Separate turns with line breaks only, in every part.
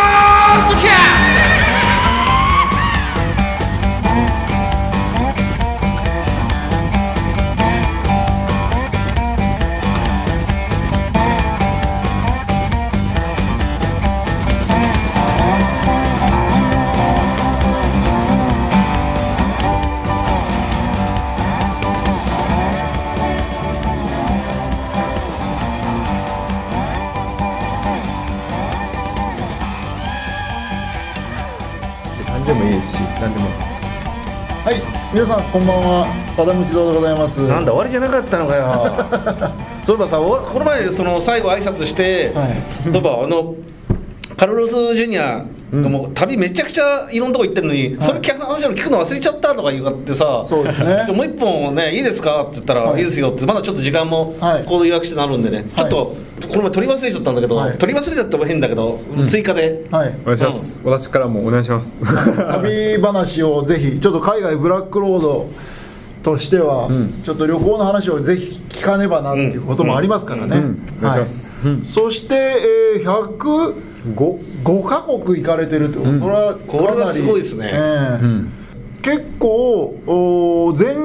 ッドキャス
感じでもいいですし何でも
はい、皆さんこんばんは、和田道堂でございます。
なんだ終わりじゃなかったのかよそういえばさおこの前その最後挨拶して、
はい
そういえばあのカルロス・ジュニアがもう旅めちゃくちゃいろんなとこ行ってるのに、それ聞く話を聞くの忘れちゃったとか言ってさ
そうです ね
もう一本ねいいですかって言ったら、
はい
い、いですよってまだちょっと時間も
はい
行動予約してなるんでね、ちょっとこの前取り忘れちゃったんだけど、
はい
取り忘れちゃったも変だけど、追加で
はい、
お願いします、私からもお願いします
旅話をぜひ、ちょっと海外ブラックロードとしては、
ん
ちょっと旅行の話をぜひ聞かねばなっていうこともありますからね。
うんうんお願いします
は
うん
そして、えー、105
5
カ国行かれてるってこと、これはかなり
これはすごいですね
ええ
うん
結構おー全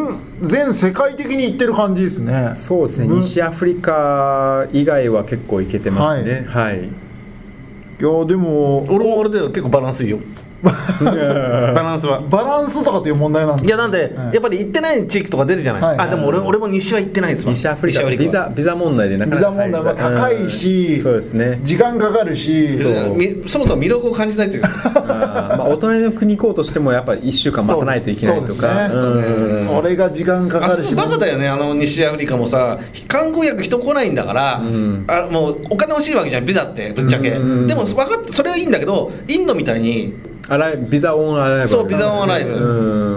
全世界的に行ってる感じですね
そうですね、
ん
西アフリカ以外は結構行けてますねはい、
いやでも
俺も俺で結構バランスいいよバ ランスは
バランスとかっていう問題なんです
いやなんで、
はい
やっぱり行ってない地域とか出るじゃない、
はい
あでも俺俺も西は行ってないですわ
西アフリカ
西
ビザビザ問題でなか
ビ
なか
ザ問題は
入りづら
高いし、
うんそうです ね
時間かかるし
そ
そう
みそもそも魅力を感じないっていうか
あーまあ、お隣の国行こうとしてもやっぱり1週間待たないといけないとか
そうですね
うん
それが時間かか
あ
る
そ
し
こバカだよねあの西アフリカもさ観光客人来ないんだから、
ん
あもうお金欲しいわけじゃんビザってぶっちゃけ、
うん
でも分かってそれはいいんだけどインドみたいに
アライビザオンアライバル
そうビザオンアライバル
う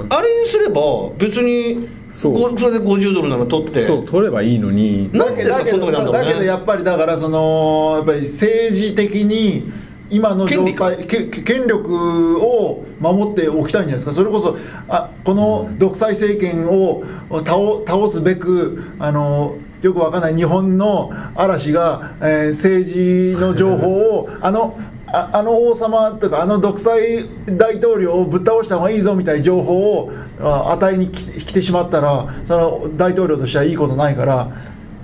ん
あれにすれば別に
そう
ごそれで50ドルなら取って
そう取ればいいのに
なんでそ
だけ
そんなこ
ど
となんだろうね
だけどやっぱりだからそのやっぱり政治的に今の状態けけ権力を守っておきたいんじゃないですかそれこそあこの独裁政権を倒倒すべくあのよくわかんない日本の嵐が、えー政治の情報を あのああの王様とかあの独裁大統領をぶっ倒した方がいいぞみたいな情報をあ与えにき来てしまったらその大統領としてはいいことないから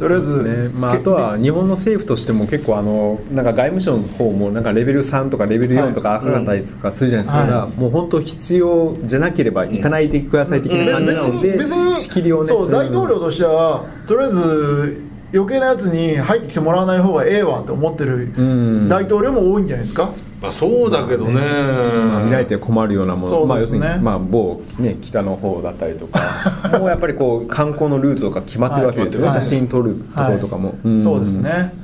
とりあえず、
そうですねまあ、あとは日本の政府としても結構あのなんか外務省の方もなんかレベル3とかレベル4とか赤かったりとかするじゃないですか、
はい
だからもう本当必要じゃなければ行かないでください的
別
な感じなので、
に別に
仕切りをね
そう大統
う
領
ん
としてはとりあえず余計なやつに入ってきてもらわない方がええわって思ってる
うん
大統領も多いんじゃないですか、
まあ、そうだけどね,、
まあ見られて困るようなもの、
そうですね
まあ、要するに、まあ、某、ね、北の方だったりと かもうやっぱりこう観光のルートとか決まってるわけですよね、
はい
写真撮るところとかも、ん
そうですね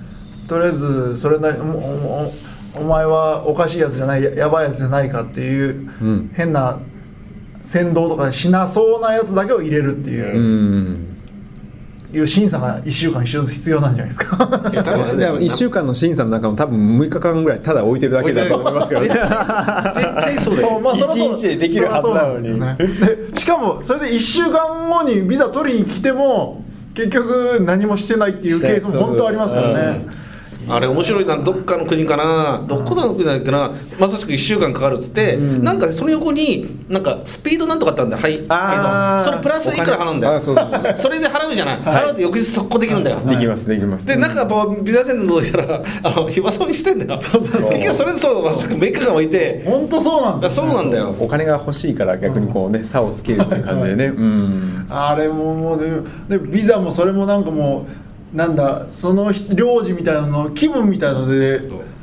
とりあえずそれなりももお前はおかしいやつじゃないややばいやつじゃないかっていう、
うん
変な扇動とかしなそうなやつだけを入れるっていうう,、
ん
いう審査が1週間一緒必要なんじゃないですか
いや多分ね
でも1週間の審査の中も多分6日間ぐらいただ置いてるだけだと思いますけどね
絶対そうだよ
そうまあそろそろ
一日でできるはずなのに
そりゃそうなんですよねでしかもそれで1週間後にビザ取りに来ても結局何もしてないっていうケースも本当ありますからね、
あれ面白いなどっかの国かなどこの国だっけなまさしく1週間かかるっつって、
うん
なんかその横になんかスピードなんとかあったんだよはい
あー
それプラスいくら払うんだ
あ
よ
そ
そう
そうそ
れで払うじゃない、
はい
払うと翌日速攻できるんだよ、
できますできます
で、なんかこうビザ店のどうしたらあの暇そうにしてんだよ結局それでそうまさしくメカが置いて
本当そうなん
だから
です
そ
よ、
う
ね、
なんだよ
お金が欲しいから逆にこうね差をつけるっていう感じでねうん
あれももうででビザもそれもなんかもうなんだそのひ領事みたいなの気分みたいなので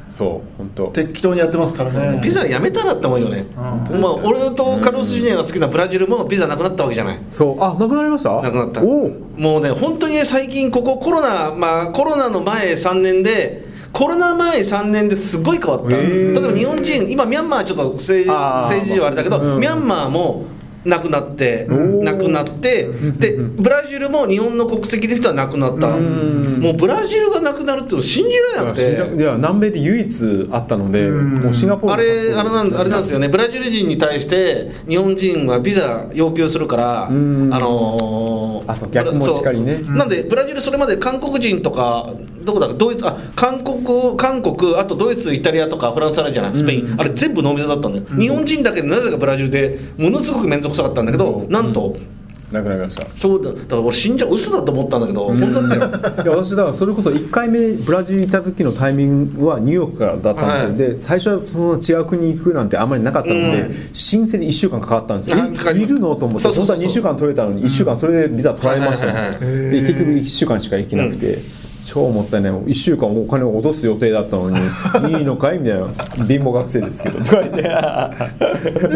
そう本当
適当にやってますからね
ビザやめたらって思うよね、
本
当ですよ
まあ、俺とカルロス・ジュニアが好きなブラジルもビザなくなったわけじゃない
そうあなくなりました
なくなった
おう
もうね、本当に最近、ここコロナ、まあ、コロナの前3年で、コロナ前3年ですごい変わった、
へー
例えば日本人、今、ミャンマー、ちょっと政治
あー
政治上あれだけど、
うん
ミャンマーもなくなって、
おー
なくなって、で、ブラジルも日本の国籍の人はなくなった、
ん
もうブラジルがなくなるっていうの信じられなく
新
て
宿。いや南米で唯一あったので
うん
もうシンガポール
あれあれなんあれなんですよね、ブラジル人に対して、日本人はビザ要求するから、あ
うん
のー
あそう逆もしっかりね
そうなんで、ブラジル、それまで韓国人とかどこだかドイツあ韓国韓国あとドイツイタリアとかフランスあるじゃないスペイン、
うん
あれ全部ノービザだったんだよ、日本人だけでなぜかブラジルでものすごく面倒くさかったんだけど
そう
なんと、
なくなりました
そうだだから俺死んじゃう嘘だと思ったんだけど本当だったよ
いや私だからそれこそ1回目ブラジルにいた時のタイミングはニューヨークからだったんですよ、
はい
で最初はその違う国に行くなんてあんまりなかったので、
うん
申請に1週間かかったんですよ、
あかか
え
りま
い
す
るのと思って
そうそうそ
本
う
当は2週間取れたのに1週間それでビザ取られました
はい
ね
は
は
い
いはい
で結局1週間しか行けなくて、超もったいない1週間お金を落とす予定だった のにいいのかいみたいな貧乏学生ですけどとか言って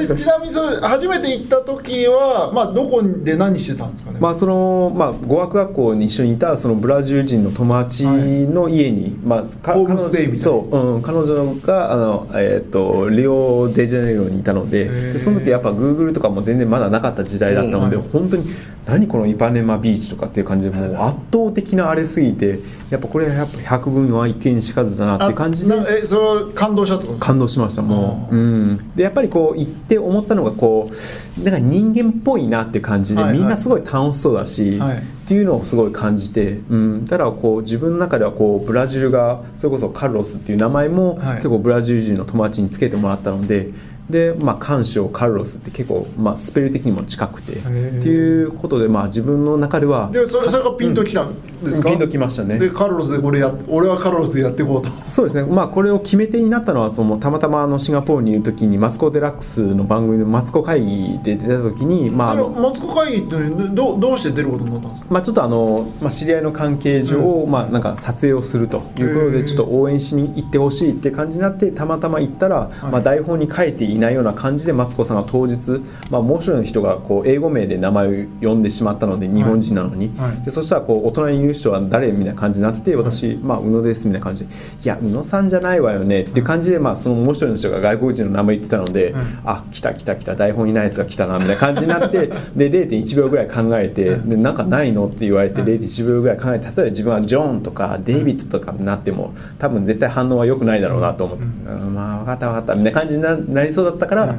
でちなみにそれ初めて行った時は、まあ、どこで何してたんですかね、
まあそのまあ、語学学校に一緒にいたそのブラジル人の友達の家に、まあ、か
ホームステイみたいな
そう、うん、彼女があの、えー、とリオデジャネイロにいたので
へー
でその時やっぱグーグルとかも全然まだなかった時代だったので、
うんはい
本当に何このイパネマビーチとかっていう感じでもう圧倒的なあれすぎてやっぱこれはやっぱ百聞は一見にしかずだなっていう感じで
あなえそれ感動したってこと
感動しましたもう、うん、でやっぱりこう行って思ったのがこうなんか人間っぽいなって感じで、
はいはい
みんなすごい楽しそうだし、
はい
っていうのをすごい感じて、うん、だからこう自分の中ではこうブラジルがそれこそカルロスっていう名前も、
はい
結構ブラジル人の友達につけてもらったので。でまあ、カンショカルロスって結構、まあ、スペル的にも近くてって
ー
いうことで、まあ、自分の中では
でそれそれがピンときたんですか、
うんピンときましたね
でカルロスでこれやっ俺はカルロスでやっていこうと
そうですね、まあ、これを決め手になったのはそのたまたまあのシンガポールにいる時にマツコ・デラックスの番組のマツコ会議で出た時に、まあ、あ
それ
の
マツコ会議ってどうどうして出ることになったんですか
まあ、ちょっとあの、まあ、知り合いの関係上、まあ、なんか撮影をするということ
へ
で
ー
ちょっと応援しに行ってほしいって感じになってたまたま行ったら、まあ、台本に書いていないような感じでマツコさんが当日、まあ、もう一人の人がこう英語名で名前を呼んでしまったので日本人なのに、
はい
でそしたらこう大人にいる人は誰みたいな感じになって私、まあ、宇野ですみたいな感じで「いや宇野さんじゃないわよね」っていう感じで、まあ、そのもう一人の人が外国人の名前言ってたので「
はい
あ来た来た来た台本いないやつが来たな」みたいな感じになって で0.1秒ぐらい考えて「でなんかないの?」って言われて0.1秒ぐらい考えて例えば自分はジョンとかデイビッドとかになっても多分絶対反応は良くないだろうなと思って「うんまあ分かった分かった」みたいな感じにななりそうだったから。
うん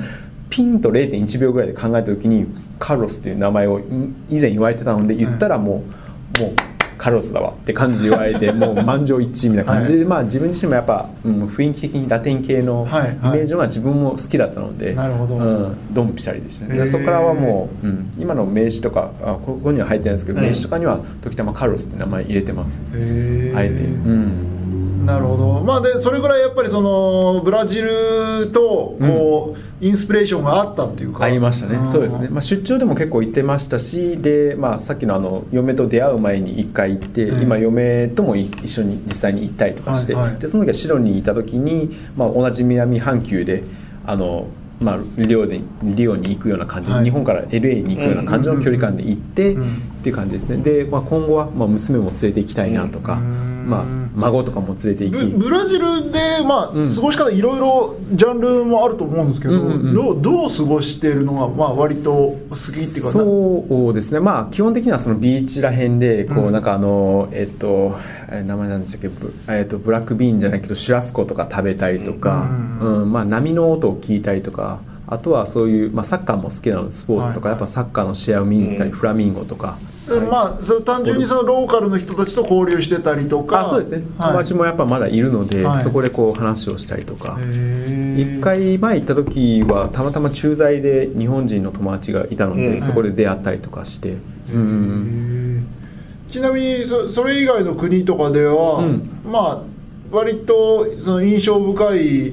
ピンと0.1秒ぐらいで考えた時にカルロスっていう名前をん以前言われてたので言ったらもう、もうカルロスだわって感じで言われ てもう満場一致みたいな感じで、まあ自分自身もやっぱ、うん、雰囲気的にラテン系のイ
はいはい
メージが自分も好きだったので、
なるほど
うん、ドンピシャリでしたね
へー
でそこからはもう、うん今の名刺とかあこここには入ってないんですけど、
うん
名刺とかには時たまカルロスって名前入れてます、
へ
あえて、うん、
なるほどまあでそれぐらいやっぱりそのブラジルとこう、インスピレーションがあったっていうか
ありましたね、
ん
そうですね、まあ、出張でも結構行ってましたしで、まあ、さっきのあの嫁と出会う前に1回行って、
うん
今嫁ともい一緒に実際に行ったりとかして、
はいはい
でその時はシドニーにいた時に、まあ、同じ南半球であの、まあ、リオでリオに行くような感じ、
はい
日本から LA に行くような感じの距離感で行って、
うん
っていう感じですねで、まあ、今後は、まあ、娘も連れて行きたいなとか、
うん
まあ、孫とかも連れて行き、
ブブラジルで、まあ
うん
過ごし方いろいろジャンルもあると思うんですけど、
うんうんうん
どうどう過ごしてるのが、まあ、割と好きっていうか
そうですねまあ基本的にはそのビーチらへんでこ
う
うんなんかあの、えっとあれ名前なんでしたっけブ,、えっと、ブラックビーンじゃないけどシュラスコとか食べたりとか、
う
うんんまあ、波の音を聞いたりとかあとはそういう、まあ、サッカーも好きなのでスポーツとか、
は
や
いはい
っぱサッカーの試合を見に行ったり、
うん
フラミンゴとか。
うんまあ、その単純にそのローカルの人たちと交流してたりとか
あそうですね、
はい
友達もやっぱまだいるので、
はい
そこでこう話をしたりとか、
へー
1回前行った時はたまたま駐在で日本人の友達がいたので、
うん
そこで出会ったりとかして、うんうん
ちなみにそそれ以外の国とかでは、
う
まあ割とその印象深い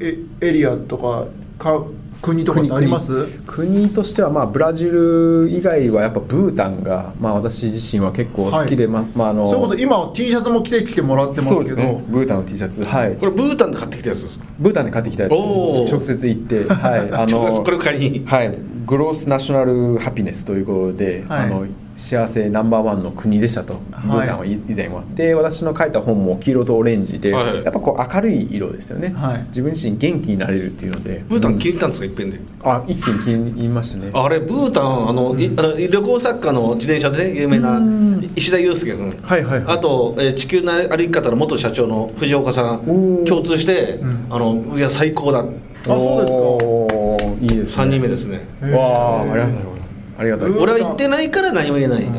エエリアとかか国とかってあります
国としては、まあ、ブラジル以外はやっぱブータンが、まあ、私自身は結構好きで、ままああの
それこそ今は T シャツも着てきてもらってます
そうで
け
す
ど、
ねブータンの T シャツはい
これブータンで買ってきたやつです
ブータンで買ってきたやつ
おー
直接行ってはいあの
これを買いに
はい、グロースナショナルハピネスということで、
は
あ
い
の幸せナンバーワンの国でしたと、ブータンは以前は。で私の書いた本も黄色とオレンジで、
は
や
い
っぱこう明るい色ですよね、
はい
自分自身元気になれるっていうので
ブータ
う
ン
ん
消えたんですかいっぺんで
あ一気に気に入りましたね
あれブータンあの、いあの旅行作家の自転車で、ね、有名な
うん
石田祐介君
はいはいはい
あと、えー地球の歩き方の元社長の藤岡さん
おー
共通して、
うん
あのいや最高だ
あそう
ですか。いいです、ね。
3人目ですね
へー
わあ、ありがとうございます。ありがとうございます。
俺は行ってないから何も言えない、うん
ブ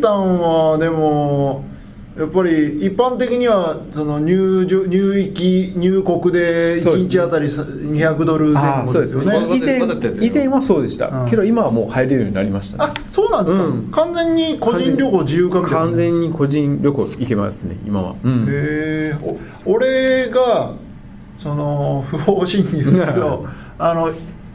ータンはでもやっぱり一般的にはその入場入域入国で
そうで
1
す
日
ね
あたりさ200ドル前
ああそ
後
うで
で
すす
よ
ね
ね。
ね
以前
わざとやってる
以前はそうでした、
うん
けど今はもう入れるようになりました、ね
あ、そうなんですか。
うん
完全に個人旅行自由化みたいな。
完全に個人旅行行けますね今は、うん
へえお俺がその不法侵入ですけどあの、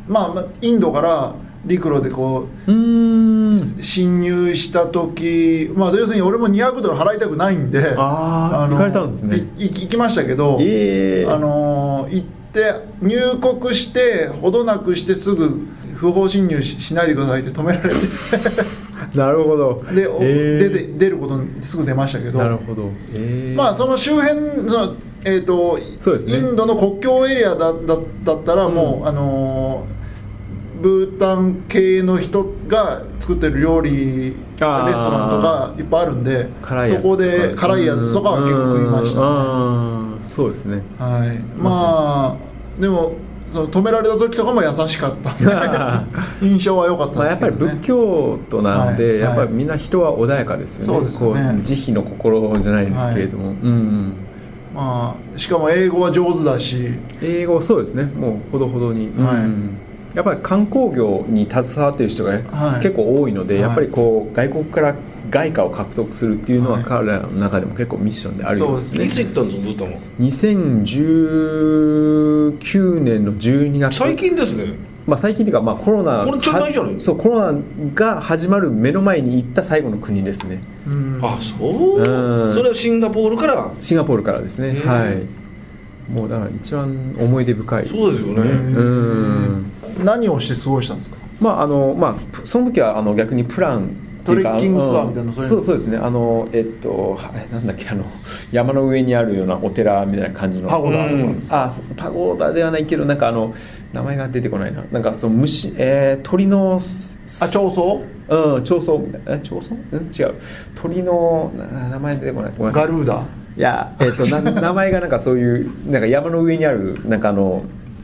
まあまあ、インドから陸路でこ
うーん
う侵入した時、まあ、要するに俺も200ドル払いたくないんで
あー行
の
かれたんですね
いい行きましたけど、
ええ
あの行って入国してほどなくしてすぐ不法侵入ししないでくださいって止められて
なるほど
で、お
えー
出て出ることにすぐ出ましたけど
なるほど、えー
まあその周辺そのえっ、と、
そうですね
インドの国境エリアだだだったらもう、
う
あのーブータン系の人が作ってる料理レスト
あー
ランとかいっぱいあるんで
辛いやつ
そこで辛いやつとかは結構食いました
うん
ね、
うんうんそうですね
はいまあでもその止められた時とかも優しかったん で印象は良かっ
まあ、
た
や
で
っぱり
すけどね、
仏教徒なので、
はい
やっぱりみんな人は穏やかですよね
そうですよね
こう慈悲の心じゃないんですけれども、うんうん
まあ、しかも英語は上手だし
英語そうですねもうほどほどに、うん
はい
やっぱり観光業に携わっている人が
はい
結構多いので、
はい
やっぱりこう外国から外貨を獲得するっていうのは
はい
彼らの中でも結構ミッションであるようです
い
ね
つ行ったんですかブータンは
2019年の12月
最近ですね
まあ、最近というか、まあ、コロナ
これちょうどいいじゃない
はそうコロナが始まる目の前に行った最後の国ですね
うん
あそう
うん
それはシンガポールから
シンガポールからですね
へ
は
ー
いもうだから一番思い出深いですね
そうですよね
うん
何をして過ごしたんですか
まああのまあプその時はあの逆にプランっていうか
トレッキングツアーみたいな
うん
そういう
そ
の
うそうですねあのえっとあれなんだっけあの山の上にあるようなお寺みたいな感じの
パゴダとかですか、
あそパゴダではないけどなんかあの名前が出てこないななんかその虫、えー鳥のす
あ長宗
うん長宗え長宗うん違う鳥のな名前出てこないごめんなさい
ガルーダ
いや、えっと な名前がなんかそういうなんか山の上にあるなんかあの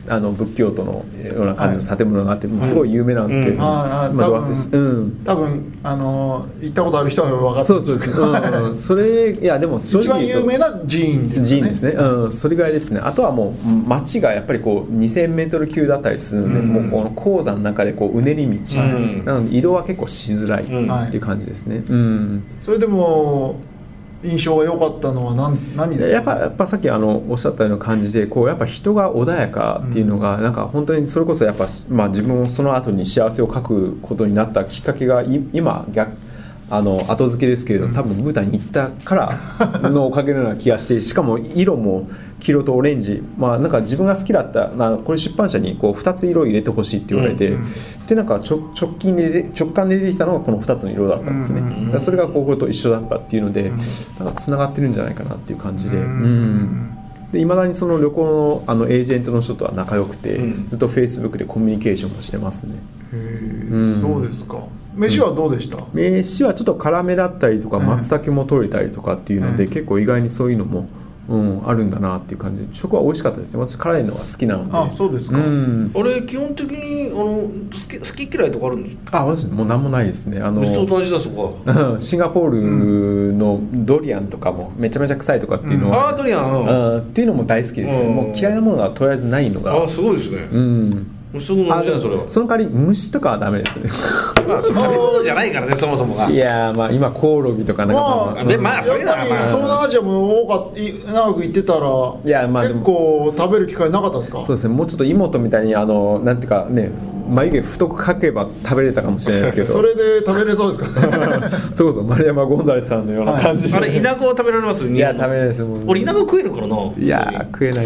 あの仏教徒のような感じの建物があって、もうすごい有名なんですけれども、
うんああ
まあど
多分
忘れしうん、
多分あのー行ったことある人は分かって
そう
る
そうです、 うん、それいやでも正
一
直
番
言う
有
と
名な寺院です
寺
よ
院
ね
ですね、うん、それぐらいですねあとはもう街がやっぱりこう 2000m 級だったりするので、
うん
もうこの鉱山の中でこううねり道、
うん
なので移動は結構しづらいって
うん
いう感じですね、うん
それでも印象が良かったのは何何ですか
やっぱやっぱさっきあのおっしゃったような感じでこうやっぱ人が穏やかっていうのが、なんか本当にそれこそやっぱ、まあ、自分もその後に幸せを書くことになったきっかけがい今逆あの後付けですけれど多分ブータンに行ったからのおかげのような気がしてしかも色も黄色とオレンジまあなんか自分が好きだったなこれ出版社にこう2つ色を入れてほしいって言われて、
うんうん
でなんかちょ直近で出て直感で出てきたのがこの2つの色だったんですね、
うんうん
うん
だからそれが高校と一緒だったっていうので、
うん
なんかつながってるんじゃないかなっていう感じで、
う
うんん、でいまだにその旅行のあのエージェントの人とは仲良くて、
うん
ずっとフェイスブックでコミュニケーションもしてますね。
へー
うん
そうですか飯はどうでした、
名刺はちょっと辛めだったりとか
うん
松茸も取れたりとかっていうので、
うん
結構意外にそういうのも、うん、あるんだなっていう感じで食は美味しかったですね私辛いのが好きなので
あそうですか、
ん、
俺基本的にあの好き好き嫌いとかあるんですか
あ私もう何もないですねあの
別と同じだそこは
うん シンガポールのドリアンとかもめちゃめちゃ臭いとかっていうの
あ
は、
ードリアンうん
うんっていうのも大好きですね、
うん
もう嫌いなものはとりあえずないのが
あーすごいですね
うん
虫と同じだ
あで
よ
も
それは
その代わり虫とかはダメですね
まあ食べ物じゃないからねそもそもが
いやーまあ今コオロギとかなんか
まあ
まあ
で
うん
まあそ
や
う
っ
いうの
ぱ
は
り
ま
東
あ
南アジアも多かっい長く行ってたら
いやまあでも
結構食べる機会なかったですか
そうですねもうちょっと妹みたいにあのなんていうかね眉毛太く描けば食べれたかもしれないですけど
それで食べれそうですか、ね、
それこそ丸山ゴンザレスさんのような感じで、
あれイナゴは食べられます
いや食べれないですもう
俺イナゴ食えるからない
いやー食えない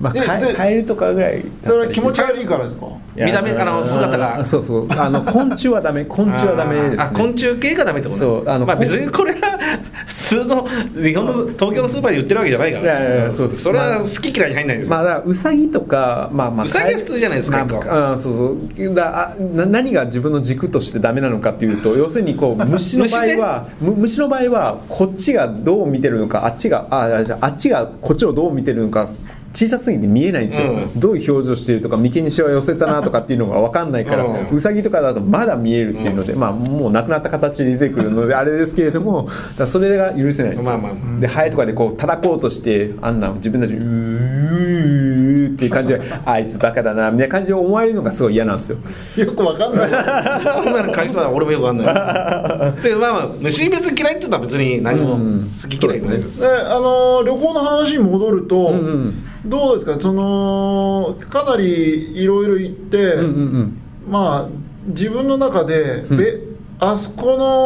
まあ
え
カ
で
エカエルとかぐらい
それは気持ち悪いからですか
いや
見た目からの姿が
あそうそうあの昆虫はダメ昆虫はダメですね
あ昆虫系がダメってことね
そうあの
まあ
こん
別にこれは普通の日本の東京のスーパーに売ってるわけじゃないから
いやいやいやそうです
れは好き嫌いに入んないですよ、
ま あだからウサギとかまあまあ
ウサギは普通じゃないですか
まあ、うんそうそうだあな何が自分の軸としてダメなのかっていう と要するにこう虫の場合はむ虫の場合はこっちがどう見てるのかあっちがあじゃああっちがこっちをどう見てるのか小さすぎて見えないんですよ、
う
どういう表情してるとか眉間にしわ寄せたなとかっていうのが分かんないから、
うん
ウサギとかだとまだ見えるっていうので、まあもうなくなった形で出てくるのであれですけれどもだからそれが許せないんですよ、
まあまあま
でハエとかでこう叩こうとしてあんな自分たちにうーっていう 感じであいつバカだなみたいな感じで思われるのがすごい嫌なんですよ
よくわかんない
今の会社は俺もよくわか んない。でまあまあ虫別に嫌いっていうのは別に何も好き嫌いじゃない。
うんそうで
であの旅行の話に戻ると、
うんうん
どうですかそのかなりいろいろ行って、
うんうんうん
まあ自分の中で、
ん
べあそ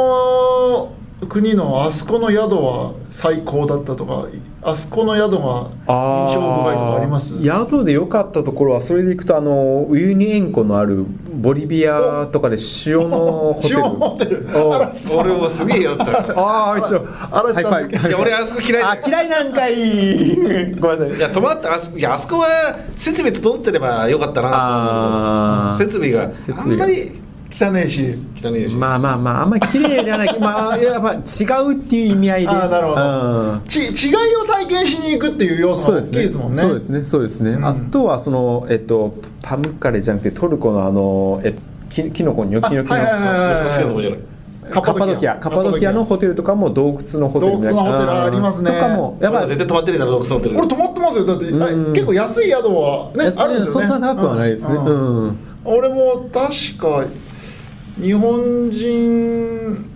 この国のあそこの宿は最高だったとかあそこの宿が
あー
印象深いとかあります
宿で良かったところはそれでいくとあのウユニ塩湖のあるボリビアとかで塩のホテ ル
塩のホテル
おう
あら
俺もすげえやったよ。
ああ一緒
嵐さん
ハイファイブ
いや俺あそこ嫌いだ
あ
よ。
嫌いなんか いごめんないさい
や泊まってあそいやあそこは設備整ってればよかったな
あー
と思うけど。設
設
備があ
備
ん
が
まり
汚いし
汚いし。
まあまあまああんまり綺麗ではないまあやっぱ違うっていう意味合いで
あーなるほど
うん
ち違いを体験しに行くっていう要素
そう
が
で
大き
す
いで
ね。
すもんね
そうですね。そうですね。
ん
あとはそのえっとパムカレじゃなくてトルコのあのえきキノコニョキニョキ
あはいはいはい
の
虫の好きなとこじゃない。
カッパドキアカッパドキアのホテルとかも洞窟のホテルみたいな
洞窟のホテルありますね
とかもやっ
俺
ぱ
は絶対泊まってるだろうそのホテル。
俺泊まってますよだって、あ
うん
結構安い宿はね
安
あるんです
そ
よ
ん
ね
な高くはないですね。
う
うんん。うん
俺も確か日本人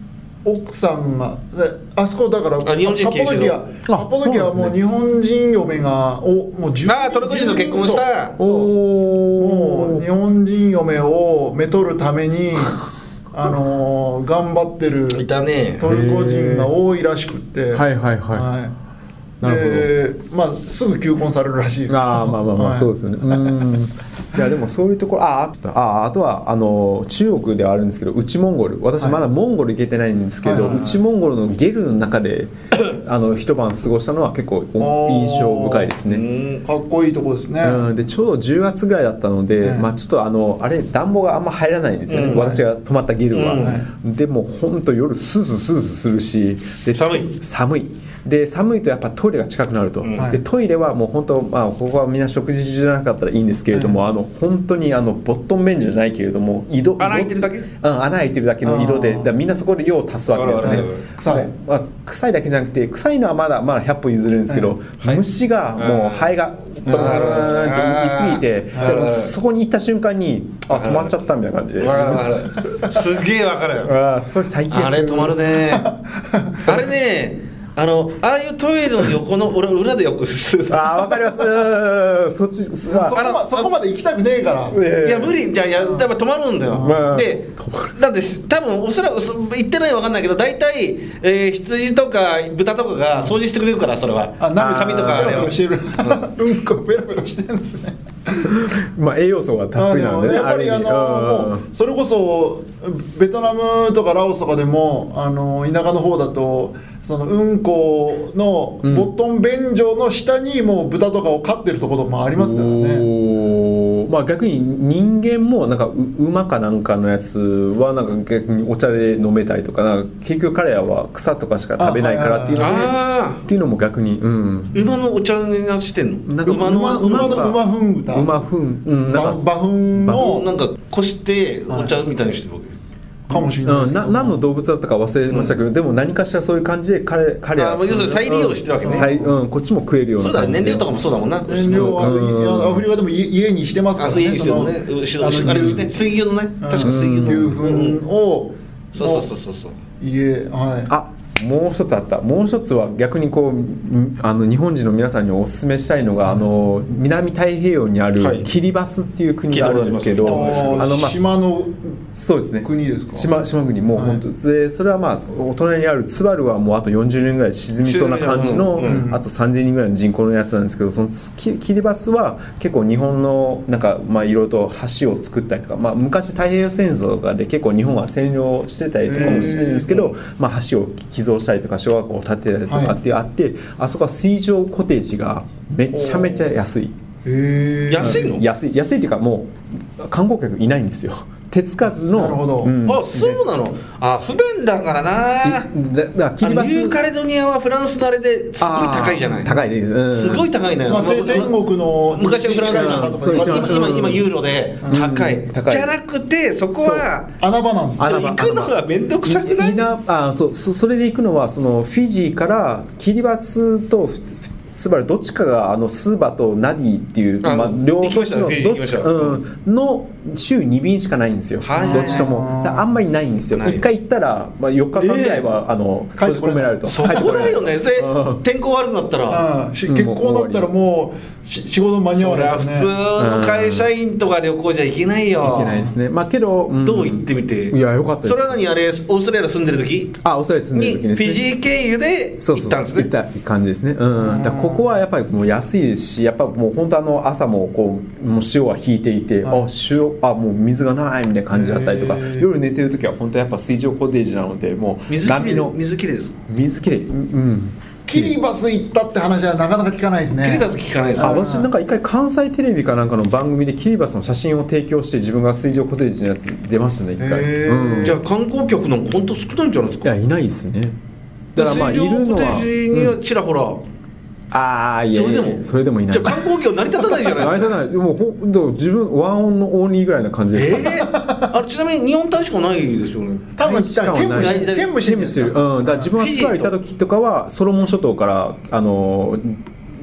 奥さんがであそこだから
あ日本人
カッパドキア
研
修
カッパドキアはも
あそうなんですね
う日本人嫁がおもう10
ああトルコ人と結婚した。
お
もう日
お。
本人嫁をめとるため にあのー頑張ってる
いたね。
トルコ人が多いらしくって
はいはいは
はい
い。なる
でまあすぐ求婚されるらしいで
ほ
す
ど。ああまあまあま
は
あ
い
そうですよね。うん。いやでもそういうところああとああとはあの中国ではあるんですけど内モンゴル私まだモンゴル行けてないんですけ
はい
ど
はいはい
内モンゴルのゲルの中であの一晩過ごしたのは結構
おー
印象深いです
う
ね。
ん。
かっこいいとこですね、
うん、でちょうど10月ぐらいだったので、
ええ
まあ、ちょっとあのあれ暖房があんま入らないんですよね、
うん
私が泊まったゲルは、
うんはい
でもうほんと夜スースースースーするしで
寒い
寒いで寒いとやっぱトイレが近くなると、
うん
はい
でトイレはもう本当、まあ、ここはみんな食事中じゃなかったらいいんですけれども、あの本当にあのボットン便所じゃないけれども井戸
穴開いてるだけ
うん、穴開いてるだけの井戸で
あー
だからみんなそこで用を足すわけですよ
あ
ね
るあるある
臭い
まあ、臭いだけじゃなくて臭いのはまだまだ100歩譲れるんですけど、
はい
虫がもう
うん
肺がバーンって言い過ぎて
あー
でもそこに行った瞬間にあ止まっちゃったみたいな感じで
わかるわかる。すげえわかる。
ああそれ最近
あれ止まるねあれねあのああいうトイレの横の俺裏でよくする
あーわかりますうんそっちすま
そこ
あ
あ
ま
の
そこまで行きたくねえから
ええ
いや無理じゃあいややっぱ止まるんだよ、
まあ
でだってし多分おそらくそ言ってないわかんないけど大体、えー、羊とか豚とかが掃除してくれるからそれは
あ、なんか
髪と
ペ
か
ロ
だ
ペ
よ
ロしてる。うんこペロペロしてるんですね。
まあ栄養素がたっ
あ
ぷり
で
な
も
んでね
やっぱり
あ
あ
る意味
のもうそれこそベトナムとかラオスとかでもあの田舎の方だとそのうんこの
うん
ボットン便所の下にもう豚とかを飼ってるところもありますからね。
おーまあ逆に人間もなんかう馬かなんかのやつはなんか逆にお茶で飲めたりとかなんか結局彼らは草とかしか食べないからっていうので、
ああ
っていうのも逆に、うん、
馬のお茶になしてんの
なんか
馬の
馬
馬
馬の
馬
馬ふん豚。
馬ふん、うん、な
馬
んか、
馬ふん
を
の
なんかこしてお茶みたいにしてるわけ、
かもしれないで
うん、
すけど。
な何の動物だったか忘れましたけど、でも何かしらそういう感じで彼彼ら
あーまあ要するに再利用してるわけね
再うん、こっちも食えるよう
そ
な
うだね
感じ
燃
で
料とかもそうだもんな
燃料は
そう
いやアフリカでも家家にしてますか
あ
ら
そうい
ね。
いですよね
その
後ろ後ろあれですね水牛のね確か水牛
牛
の
ふんを
そうそうそうそうそう
家はい。
あもう一つあったもう一つは逆にこうんあの日本人の皆さんにお勧めしたいのがあの南太平洋にあ
はい
るキリバスっていう国があるんですけど、
聞いたこと
あのまあ
島の
そうですね
国ですか
島島国もう本当です、でそれはまあお隣にあるツバルはもうあと40年ぐらい沈みそうな感じの、
沈みそう
うん
あと3000人ぐらいの人口のやつなんですけどそのつキキリバスは結構日本のなんかまあいろいろと橋を作ったりとか、まあ、昔太平洋戦争とかで結構日本は占領してたりとかもしてるんですけど、まあ、橋を寄贈したりとか小学校を建てたりとかってあって、あそこは水上コテージがめちゃめちゃ安い。
へー
安いの
安い安いっていうかもう観光客いないんですよ 手つかず
なるほ
の、
ど
ん
あそうなのあ不便だからない
だだからキリバ
あのニュ
ス
ーカレドニアはフランスのあれですごい高いじゃない
あー高いです、うん
すごい高いのよ、
まあ、天天国の
昔はフランスだった
そう一番
今今
うん
今ユーロで高い,、
うん高い
じゃなくてそこは
穴場なんですね
穴場
行くのが面倒くさくないい
なあそうそそれで行くのはそのフィジーからキリバスとフスバルどっちかがあのスーバとナディっていう
あ
まあ、両都市の
行きました
どっちか、う
行
ん、の週2便しかないんですよ、
はい
どっちともだからあんまりないんですよ
ない
1回行ったら、まあ、4日間ぐらいは、あの
帰
閉
って
じ
これ
込め
ない
られると
そこだよねで
うん
天候悪くなったら
うんし結婚だったらもうし仕事間に合
そ
わ
り
ない
ゃ
で
普
す
通
よね
の会社員とか旅行じゃ行けないよ
行けないですねまあけど、ん
どう行ってみて
いやよかったです
それは何あれオーストラリア住んでる時
あお世話に住んで
に
る時
フ
ですね
ィジー経由で
そう
行
そ
っ
う
た
そ
ん
う
です
行っ
ね
た感じですね、う
うん
ん、だからここはやっぱりもう安いですしやっぱもう本当あの朝もこうもう塩は引いていて、
はい
あ塩あもう水がないみたいな感じだったりとか
へー
夜寝てる時は本当やっぱ水上コテージなのでもう
水きれ
波
い
の
水きれいです
水きれいうん
キリバス行ったって話はなかなか聞かないですね
キリバス聞かないです
あ
よ
私なんか一回関西テレビかなんかの番組でキリバスの写真を提供して自分が水上コテージのやつ出ましたね一回、
へー
うん、
じゃあ観光客なんか本当少ないんじゃないです
い
か
やいないですねだからまあい
水上
るのは
コテージに
う
は
ん
ちらほら、
ああいやいやいやそ
そ
れで
れで
も
も
いない
じゃあ観光業成り立たないじゃ
あ
ない
れ
で
じゃ
すか
ない、もうほんと自分ワンオンのオンリーぐらいな感じでした。
えーあれちなみに日本大使館ないですよね
多分
大使館は
兼務
ない
兼務してるんですよ
うん、だから自分がスバル行った時とかはソロモン諸島からあの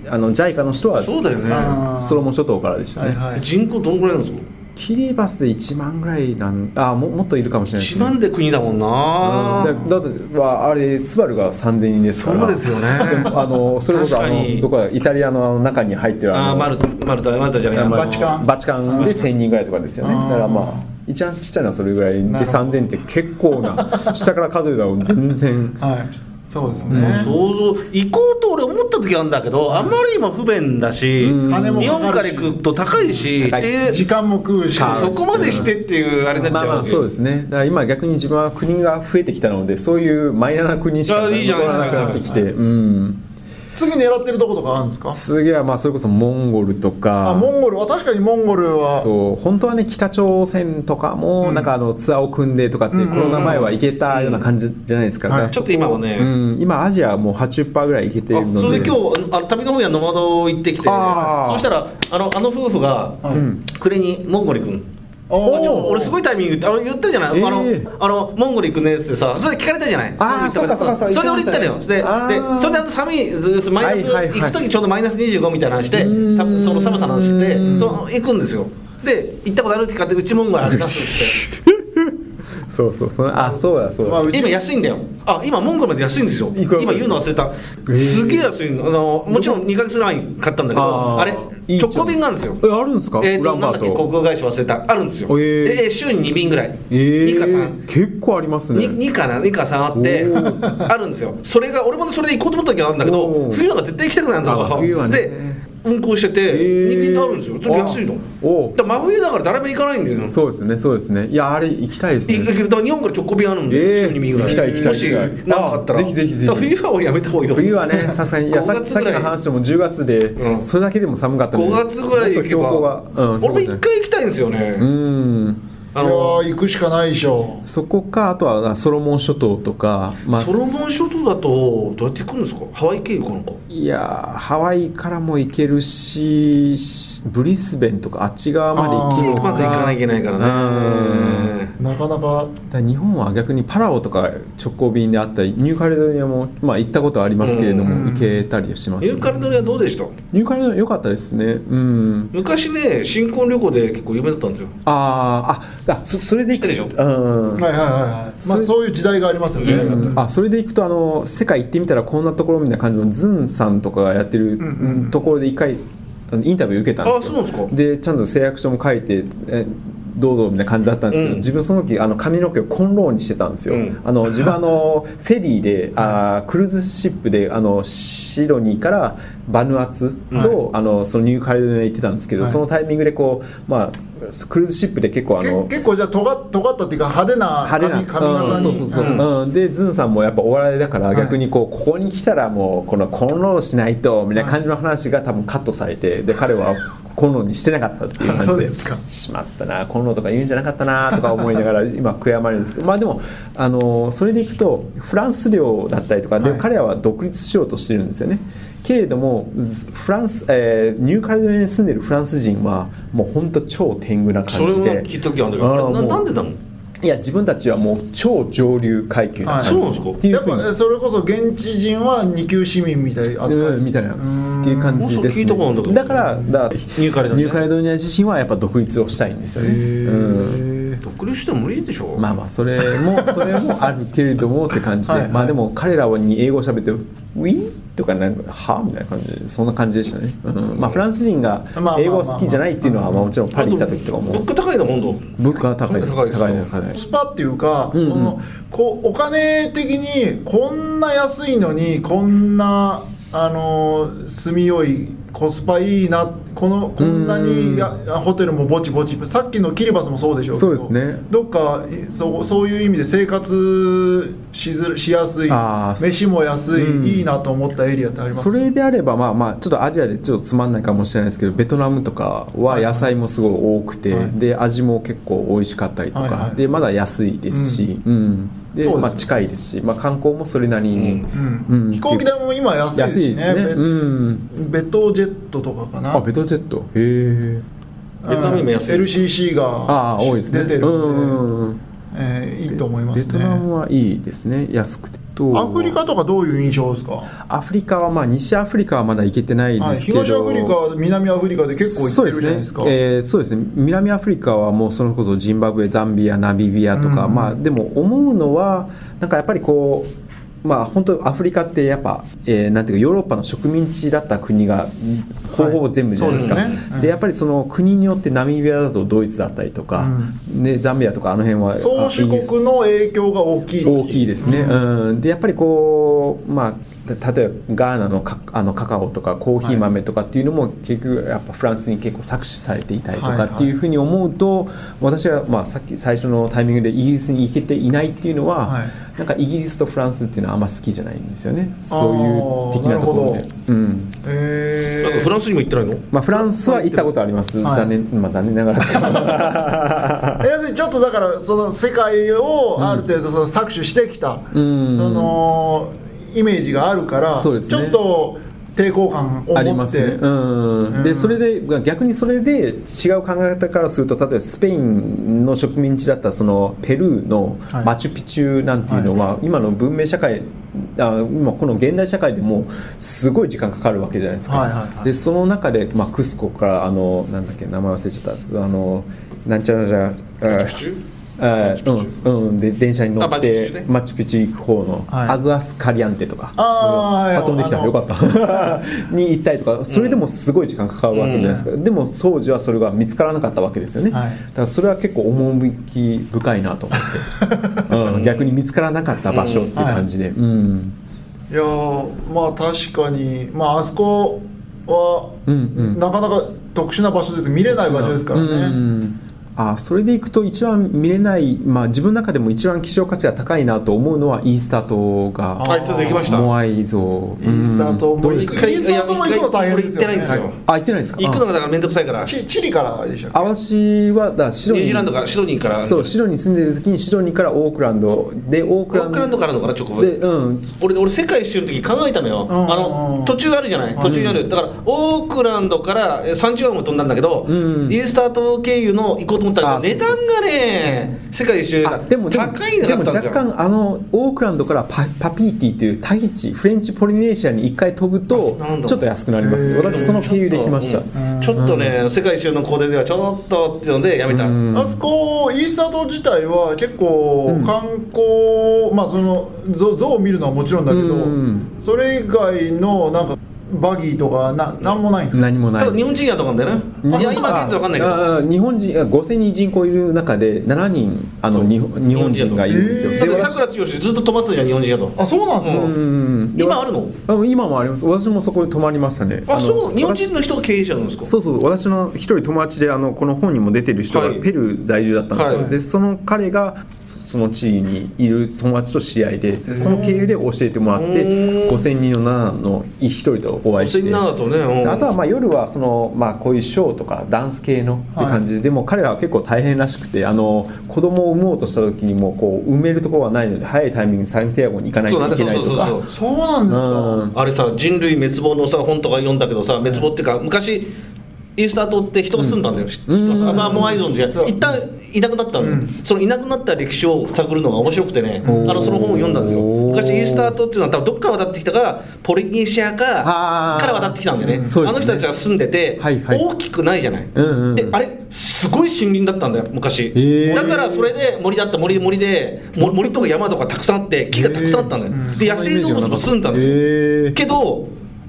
あの JICA の人は
そうだよね
すソロモン諸島からでしたね。
はいはい
人口どのくらいなんですか
キリバスで1万ぐらいなんあももっといるかもしれないです
一
ね。
番で国だもんな、
うん、だだってはあれスバルが3000人ですから
そうですよね
もあのそれこそあ
確かに
のどこだイタリアのあの中に入ってるあ
ああ
の
マルタマルタマルタじゃない
あ
な
の
バチカン
バチカンで1000人ぐらいとかですよね
あー
だからまあ一番ちっちゃいのはそれぐらいで
なるほど
3000って結構 な下から数えたら全然
はいそうですね
想像行こうと俺思った時あるんだけどあんまり今不便だし、
うん
金も
日
か
本
か
か
る
ら
し
行くと高いし
高い
っていう
時間も食うし
か
そこまでしてっていうあれになっち
まあ
ゃう
まあそうですすねだから今逆に自分は国が増えてきたのでそういうマイナーな国しか
あーいいじゃ
残
な
らな
い
くなってきて
は
うん
次狙ってるとことかあるんですか
次はまあそれこそモンゴルとか
あモンゴルは確かにモンゴルは
そう本当はね北朝鮮とかも
うん
なんかあのツアーを組んでとかって
うんうんうん
コロナ前は行けたような感じじゃないですか,、
は
だ
い
から
ちょっと今はね、
うん、今アジアはもう80%ぐらい行けてい
あ
るので
それで今日あの旅の方やノマド行ってきて
あー
そしたらあのあの夫婦が
はい
うん
暮れにモンゴリ君
おー
ちょ俺すごいタイミングであれ言ったじゃない、
えー
あのあのモンゴル行くねっつってさそれで聞かれたじゃない
あー
モンゴル行った
そうかそうかそう
それで俺行ったの
行
よ
っ
で
てましたねあー
でそれであの寒いずずマイナス、
はいはいはい
行く時ちょうどマイナス25みたいな話して
うーん
さその寒さの話して
うん
と行くんですよで行ったことあるって買ってうちモンゴルあれ出すっ
そうそうそうあそうだそうだ、
まあう
て今安いんだよあ今モンゴルまで安いんですよ
いくらぐ
今
らいで
言
す
う
か
の忘れた、
ー
すげえ安いのあのもちろん2ヶ月前に買ったんだけど
あー
あれ
いいじゃん
直行便があるんですよ
えあるんですか、
えー、
ウラ
と
ン
な
バ
んだ
ー
っけ航
ト
空会社忘れたあるんですよ、
えー
で週に2便ぐらい、
えー、
2か3
結構ありますね
に2かな2か3あって
おー
あるんですよそれが俺もそれで行こうと思った時があるんだけ
お
ど
ー
冬は絶対行きたくないんだか
あ
ら
冬はね
で運行してて
えー
2便とあるんですよちょっと安いの
あおう
だから真冬だから誰も行かないんだよ
そうですねそうですねいやあれ行きたいです
いだ
ね
から日本から直行便あるんで、
えー
週に2便ぐらい
行きたい行きたい行きたい
もしなんかあったら
あぜひぜひぜひ
だから冬はもうやめた方がいいと思う
冬 はねさすがにいやさっき
5
さっ
月
き
ぐらい
の話でも10月で、
うん
それだけでも寒かったので
5月ぐら
も
い
っと
行け
標
ば
高が、うん、
俺も1回行きたいんですよね、
うん
あ
いや
の
ー行くしかないでしょ
そこかあとはソロモン諸島とか、まあ、
ソロモン諸島だとどうやって行くんですかハワイ経由かなんか
いやーハワイからも行けるししブリスベンとかあっち側まで行
地
け
域
る
まで行かないといけないか
う
ら
ん
ね。
なかなか
だから日本は逆にパラオとか直行便であったりニューカレドニアも、まあ、行ったことはありますけれど
うん
も行けたりします、
ニューカレドニアどうでした
ニューカレドニア良かったですねうん
昔ね、新婚旅行で結構有名だったんですよ。
あーああそそれで行く
知ってるでし
うん、
はいはいはいはい
そ
ま
れ
あそういう時代がありますよね
う
うんあそれで行くとあの世界行ってみたらこんなところみたいな感じのズンさんとかがやってる
んうんうん
ところで一回あのインタビュー受けたんですよ
あそうなんですか
でちゃんと誓約書も書いてえどうぞみたいな感じだったんですけど、
うん
自分その時あの髪の毛をコンローにしてたんですよ、
うん
あの自分あのフェリーであークルーズシップであのシロニーからバヌアツと、あのそのニューカレドニアに行ってたんですけど、
はい
そのタイミングでこうまあクルーズシップで結構あ
け
の
結構じゃあ尖っ尖ったっていうか派手な
派手な、
髪髪型に、
うん、そうそうそう、
う
うんんでズンさんもやっぱお笑いだから
はい
逆にこうここに来たらもうこのコンロしないとみたいな感じの話が多分カットされてで彼はコンロにしてなかったっていう
あ
感
そう
じ
で
です
か
しまったなコンロとか言うんじゃなかったなとか思いなが ら今悔やまれるんですけどまあでもあのそれでいくとフランス領だったりとかで
はい
彼らは独立しようとしてるんですよね。けれどもフランス、えーニューカレドニアに住んでるフランス人はもう本当超天狗な
そ
感
れ
じ
も
で
聞いた時あるんだけ
あー
どな
もう
なんでなの
いや自分たちはもう超上流階級な感じ、
はいそうなんですか
っていう
やっ
ふう
ぱ
に
それこそ現地人は二級市民みたいな
うん、みたいなっていう感じです、
あそう聞いたことあるんだけ
ね、
ど
だからだニュ
ーカレドニアね
ーカレドニア自身はやっぱ独立をしたいんですよね、うん、
独立しても無理でしょ
まあまあそれもそれもあるけれどもって感じで
はいはい
まあでも彼らに英語を喋って「ウィー」とかなんか「はみたいな感じでそんな感じでしたね、うんまあ、フランス人が英語好きじゃないっていうのはまあもちろんパリ行った時とか
物
も
価高いな今度
物価が高いです
高
高
い
い
で
ですす
か
高いです高いです
スパっていうか、
うんうん
そのこうお金的にこんな安いのにこんなあのー住みよいコスパいいなこのこんなにやホテルもぼちぼちさっきのキリバスもそうでしょけど
そうですね
どっかいそうそういう意味で生活しづらしやすい
あー
飯も安い、
うん
いいなと思ったエリアってあります
それであればまあまあちょっとアジアでちょっとつまんないかもしれないですけどベトナムとかは野菜もすごい多くて、
はい
で味も結構美味しかったりとか、
はいはい
でまだ安いですし、うんで
そうですね
まあ、近いですし、まあ、観光もそれなりに、
うん
うん
うん
飛行機代も今安いで
安
すし
い
ね
ですね。
ベ
うん
ベトジェットとかかな
あベトジェットへえ
ベトナムも安い
うん LCC
あ
が
あ多いですね
出てるんで、
うんうんうん
えーいいと思いますね
ベトナムはいいですね安くてと
アフリカとかどういう印象ですか、
アフリカはまあ西アフリカはまだ行けてないで
はい、
すけど、
東アフリカ南アフリカで結構
そう
行
で
ってる
す
じゃない
ね
ですか
えーそうですね南アフリカはもうそれこそジンバブエザンビアナミビアとか、
うん
まあでも思うのはなんかやっぱりこうまあ本当アフリカってやっぱ、えーなんていうかヨーロッパの植民地だった国がほぼほぼ全部じゃないですか、
そう
で
で
す
ねうん
やっぱりその国によってナミビアだとドイツだったりとか、ね、ザンビアとかあの辺は
宗主
あイギリス
国の影響が大きい
大きいですね、うんでやっぱりこうまあた例えばガーナのカあのカカオとかコーヒー豆とかっていうのも結局やっぱフランスに結構搾取されていたりと
はい
か
はい
っていうふうに思うと、私はまあさっき最初のタイミングでイギリスに行けていないっていうのは、
はい
なんかイギリスとフランスっていうのはあんま好きじゃないんですよねそういう的なところ
なる
で
ほ。
うん
え
なんか
ー
フランスにも行ってないの
まあ、フランスは行ったことあります、
はい
残念まあ、残念なが ら
要するにちょっとだからその世界をある程度その搾取してきた、
うん
そのイメージがあるから、ち
そう
ょ
ですね
っと抵抗感を持って
ありますね、うん
うん
でそれで逆にそれで違う考え方からすると例えばスペインの植民地だったそのペルーの
はい
マチュピチュなんていうのは、今の文明社会あ今この現代社会でもすごい時間かかるわけじゃないですか、
はいはいはい
でその中で、まあ、クスコからあのなんだっけ名前忘れちゃったあのなんちゃらじゃああうんうん、で電車に乗
あマ
っ
チュピチュ
て
ね
マチュピチュ行く方の
はい
アグアスカリアンテとか、
あーはい
発音でき
あ
た
の
よかった に行ったりとかそれでもすごい時間かかるわけじゃないですか、でも当時はそれが見つからなかったわけですよね、
はい
だからそれは結構趣深いなと思 って、うん、逆に見つからなかった場所っていう感じで、うん
いやーまあ確かにまああそこは、
うんうん
なかなか特殊な場所です見れない場所ですからね、
うんあそれでいくと一番見れない、まあ、自分の中でも一番希少価値が高いなと思うのはイースター島が
あ
あいつできました
モアイ像
イースター島
うんどうで
一
す
回
か
インスタントも行くの大変ですよね
俺行ってないんですよ、
あ行ってないですか
行くのがだから面倒くさいから
チチリからでしたっけ
あ私はだシドニー
ニュージーランドからシドニーから
そうシドニーに住んでる時にシドニーからオークランドでオー
オ
クラ
ー
ン
クランド
ド
からのから直
で
後
うん
俺俺世界一周の時考えたのよ、
んうんうん
あの途中あるじゃない途中にある、だからオークランドからえー30万も飛んだんだけど、
うん
イースター島経由の行こうと思ったら
あ
値段がね世界一周
あでもでも
高い
で
のがあ
も
ったんですよ
若干あのオークランドからパパピーティっていうタヒチフレンチポリネーシアに一回飛ぶ
あそ
と
うなんだ
ちょっと安くなります
へー
私その経由できました、
うんちょっとね、世界一周のコーデではちょっとっていうのでやめた、
うん
あそこイースター島自体は結構
うん
観光、まあその像像を見るのはもちろんだけど、
うん
それ以外のなんかバギーとかななんもないんですか
何もない
ただ日本人やと思うんだよね
日本
いや今現在わかんないけど
ああ日本人あ5000人人口いる中で7人あの日本日本人がいるんですよ。
えー
だ
で
って
私
さくら剛ずっと飛ばすじゃん日本人やと
あそうなんですか、
う
うんで
今あるの
あ今もあります。私もそこで泊まりましたね。
あ
の
そう日本人
私
の人が経営者なんですか
そうそう私の一人友達であのこの本にも出てる人が
はい
ペルー在住だったんですよ、
はい
でその彼がそその地位にいる友達と知り合いででその経由で教えてもらって
うん
5000人の7の一人とお会いして
みんなだとねうん
であとはまあ夜はその、まあ、こういうショーとかダンス系のって感じで、でも彼らは結構大変らしくてあの子供を産もうとした時にもうこう埋めるところはないので早いタイミングにサンティアゴに行かない
そうなん
と
だ
いけ
そう
ない
そうそ
と
うそう
か。
そうなんですか、
うん
あれさ人類滅亡のさ本とか読んだけどさ滅亡っていうか昔イースター島って人が住んだんだよ、人が
う
さ
ん
まあモアイ像の時代
うん
一旦いなくなったのよ、
うん
そのいなくなった歴史を探るのが面白くてねあ
おー
のその本を読んだんですよ昔イースター島っていうのは多分どっから渡ってきたからポリネシアか
あー
から渡ってきたんだよね,、
そうで
あ
す
の
ね
人たちが住んでて、
はいはい
大きくないじゃない、
うんうんうん
であれすごい森林だったんだよ昔、
へー
だからそれで森だった森で森でも森とか山とかたくさんあって木がたくさんあったんだよ、
へー
で野生動物も住んだんですよ、
へー
けど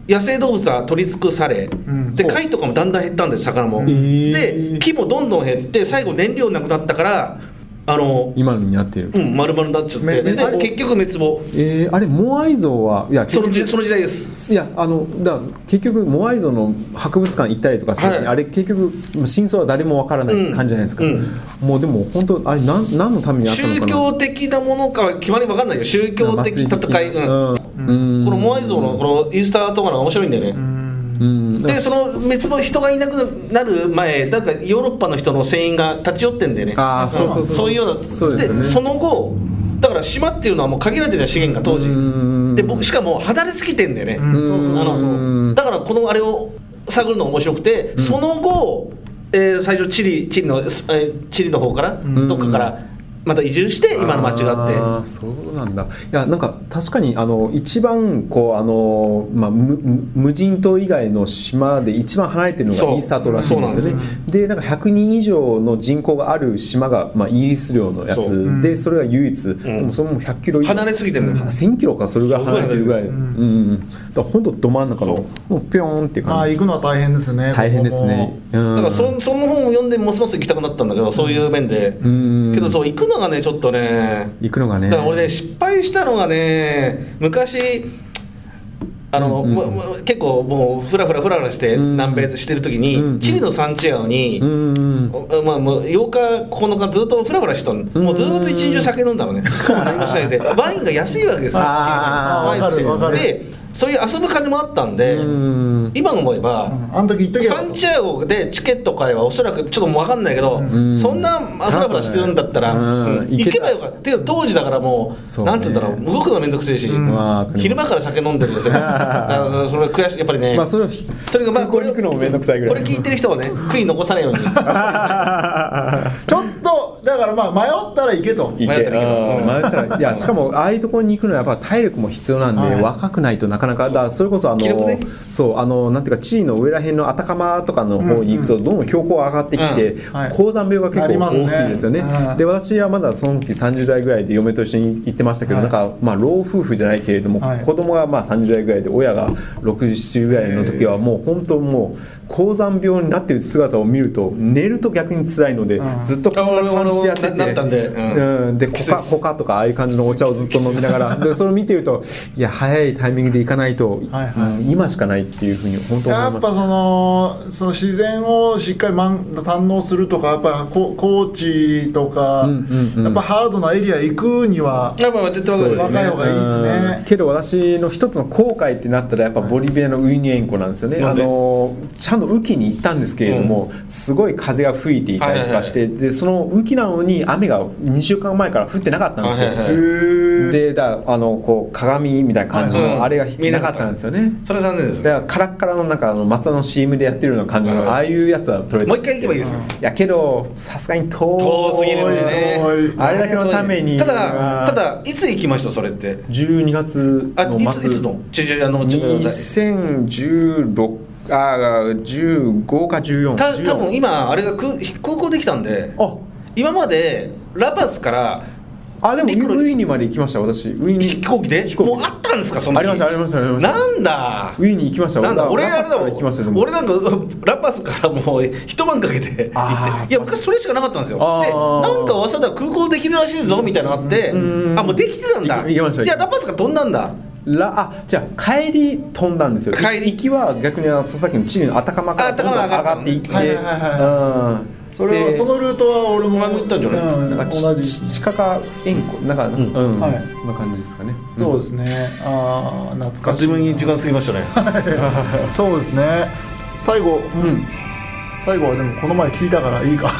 野生動物は取り尽くされ、
ん
で貝とかもだんだん減ったんですよ魚も、
へ
ー
で木もどんどん減って最後燃料なくなったからあの、
今のになってる
う。ん、丸々になっちゃっ
め
てで
め
結局滅亡
えー、あれモアイ像はいや
その時その時代です
いやあのだ結局モアイ像の博物館行ったりとかして、
はい
あれ結局真相は誰もわからない
うん
感じじゃないですか、
うん
もうでも本当あれなん何のためにあったのかな
宗教的なものか決まりわかんないよ宗教的戦い、うん
う
こ
ん
のモアイ像のこのイースターとかのが面白いんだよね、
うん
うん
でその滅亡人がいなくなる前だからヨーロッパの人の船員が立ち寄ってんだよね
あーそうそうそう
そういうような
そうですよね
その後だから島っていうのはもう限られてた資源が当時
うん
で僕しかも離れすぎてんだよね、
うんそうそう
あ
そうそう
うん
のだからこのあれを探るのが面白くて、その後、えー最初チリチリのえーチリの方から、
ん
どっかからまた移住して今の町があって
あーそうなんだいやなんか確かにあの一番こうあの、まあ、むむ無人島以外の島で一番離れてるの
そ
が
う
イースター島らしいんですよね
そう
なん
でなんか100人以上の人口がある島が、まあ、イギリス領のや
そう
つでそれが唯一、でもそれも100キロ以上
離れすぎてるのよ、
1000キロかそれぐらい離れてるぐらい、
う
うんんうん、だから本当ど真ん中のもうピョーンっていう
あ
感
ー
じ
行くのは大変ですね
大変ですね
こ
うん
だからそのその本を読んでますます行きたくなったんだけどそういう面で、
うん
けどそう行くのがねちょっとね
行くのがね
だから俺ね失敗したのがね昔あの、
うんうん
もうもう結構もうフラフラフラフラして
うん
南米してる時に、
うんうん
チリのサンチアゴに、
うんうん
おまあ、もう8日9日ずっとフラフラしてたのもうずっと一日中酒飲ん だのね何もしないでワインが安いわけですよ
あ
ー
ワイン安い
わかるわかる
でそういう遊ぶ金もあったんで、
うん
今思えば、
こもうんあの時行っときゃよか
サ
っ
ン
た
チアゴでチケット買えばおそらくちょっともう分かんないけど、
ん
そんなあふらふらしてるんだったら、
うん
うん行けばよかったけど当時だからもう
そうね
なんて言うんだろう動くの面倒くせえし、
うん
わかります
昼間から酒飲んでるん ですよだからそれは悔しいやっぱりね、
まあそれを
とにかくまあ
これ行くのも面倒くさいぐらい
これ聞いてる人はね悔い残さないように
ちょっとだからまあ迷ったら行けと
いけ
迷ったらいいけど
うん迷ったらいやしかもああいうところに行くのはやっぱ体力も必要なんで、
はい
若くないとなかなかだからそれこそあの
記録ね
そうあのなんていうか地位の上ら辺のアタカマとかの方に行くと、どんどん標高が上がってきて、
んはい
高山病が結
ありますね
構大きいですよね
うん
で私はまだその時30代ぐらいで嫁と一緒に行ってましたけど、
はい
なんかまあ老夫婦じゃないけれども、
はい
子供がまあ30代ぐらいで親が60ぐらいの時はもう本当もう高山病になってる姿を見ると寝ると逆に辛いので、
うん
ずっとこんな感じでやってて
ななったんでうん
うん、でコカコカとかああいう感じのお茶をずっと飲みながらでそれを見てるといや早いタイミングで行かないと、
はいはい
うん今しかないっていうふうに本当思
や
い
っ
ま
ぱ
す
そのその自然をしっかり満堪能するとかやっぱこ高知とか、
うんうんうん
やっぱハードなエリア行くには
やっぱ絶対
そうで
分か
す
る
ね
若い方がいいですね
うんけど私の一つの後悔ってなったらやっぱボリビアのウイニエンコなんですよね、
なん
あ
で
のちゃんと雨季に行ったんですけれども、すごい風が吹いていたりとかして、でその雨季なのに雨が2週間前から降ってなかったんですよ、
はいはいはい
へー
でだあのこう鏡みたいな感じ
はい
のあれが
うん
なかったんですよね、
それは残念ですね
だからカラッカラのなんかあの松田の CM でやってるような感じ
はい
のああいうやつは取れて
もう一回行けばいいですよ、
いやけどさすがに遠
遠すぎるんでね
あれだけのために
ただ
うん
ただいつ行きましたそれって
12月
あい
の
つ
末
いつのちょちょあのちょ
2016あ15か14
た多分
14
今あれが空航行できたんで
あ
今までラパスから
あでもウ
陸路
ィーンにまで行きました私ウィーンに
飛行機で
飛行機
もうあったんですかその
ありましたありましたありました
なんだ
ウィーンに行きました
なんだ俺あ
ラ
れ
パス
だ
から
も
行きましたよで
ん
も
俺なんか ラパスからもう一晩かけて行
あ
っ
ー
ていや昔それしかなかったんですよで
あー
なんか早稲田空港できるらしいぞみたいなのあってあ
うん
もうできてたんだ
行き行きました
じゃあラパスから飛んだんだ
ラあじゃあ帰り飛んだんですよ
帰り
行きは逆にあのさっきのチリのアタカマから
あ
どんどん上がっていって
アタカマ
上
う
が
ん
それは
で
そのルートは俺も
前も行ったんじゃない
うん
なんかち
同じ
ち近か円弧なんかうん、
ん
うん
はい
そんな感じですかね
そう
で
ですねああ懐
あ
かし
自
い
分に時間過ぎましたね
そうですね最後
すうん
最後はでもこの前聞いたからいいか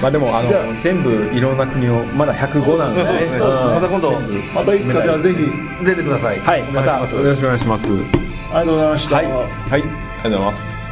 まあでもあの
じゃあ
全部いろんな国をまだ105なんで
そうですねそうですねまた今
全
度
部
またいつかじゃあぜひ
出てください
はい
お
ま
願いしたます
よろしくお願いします
ありがとうございました、
はいありがとうございます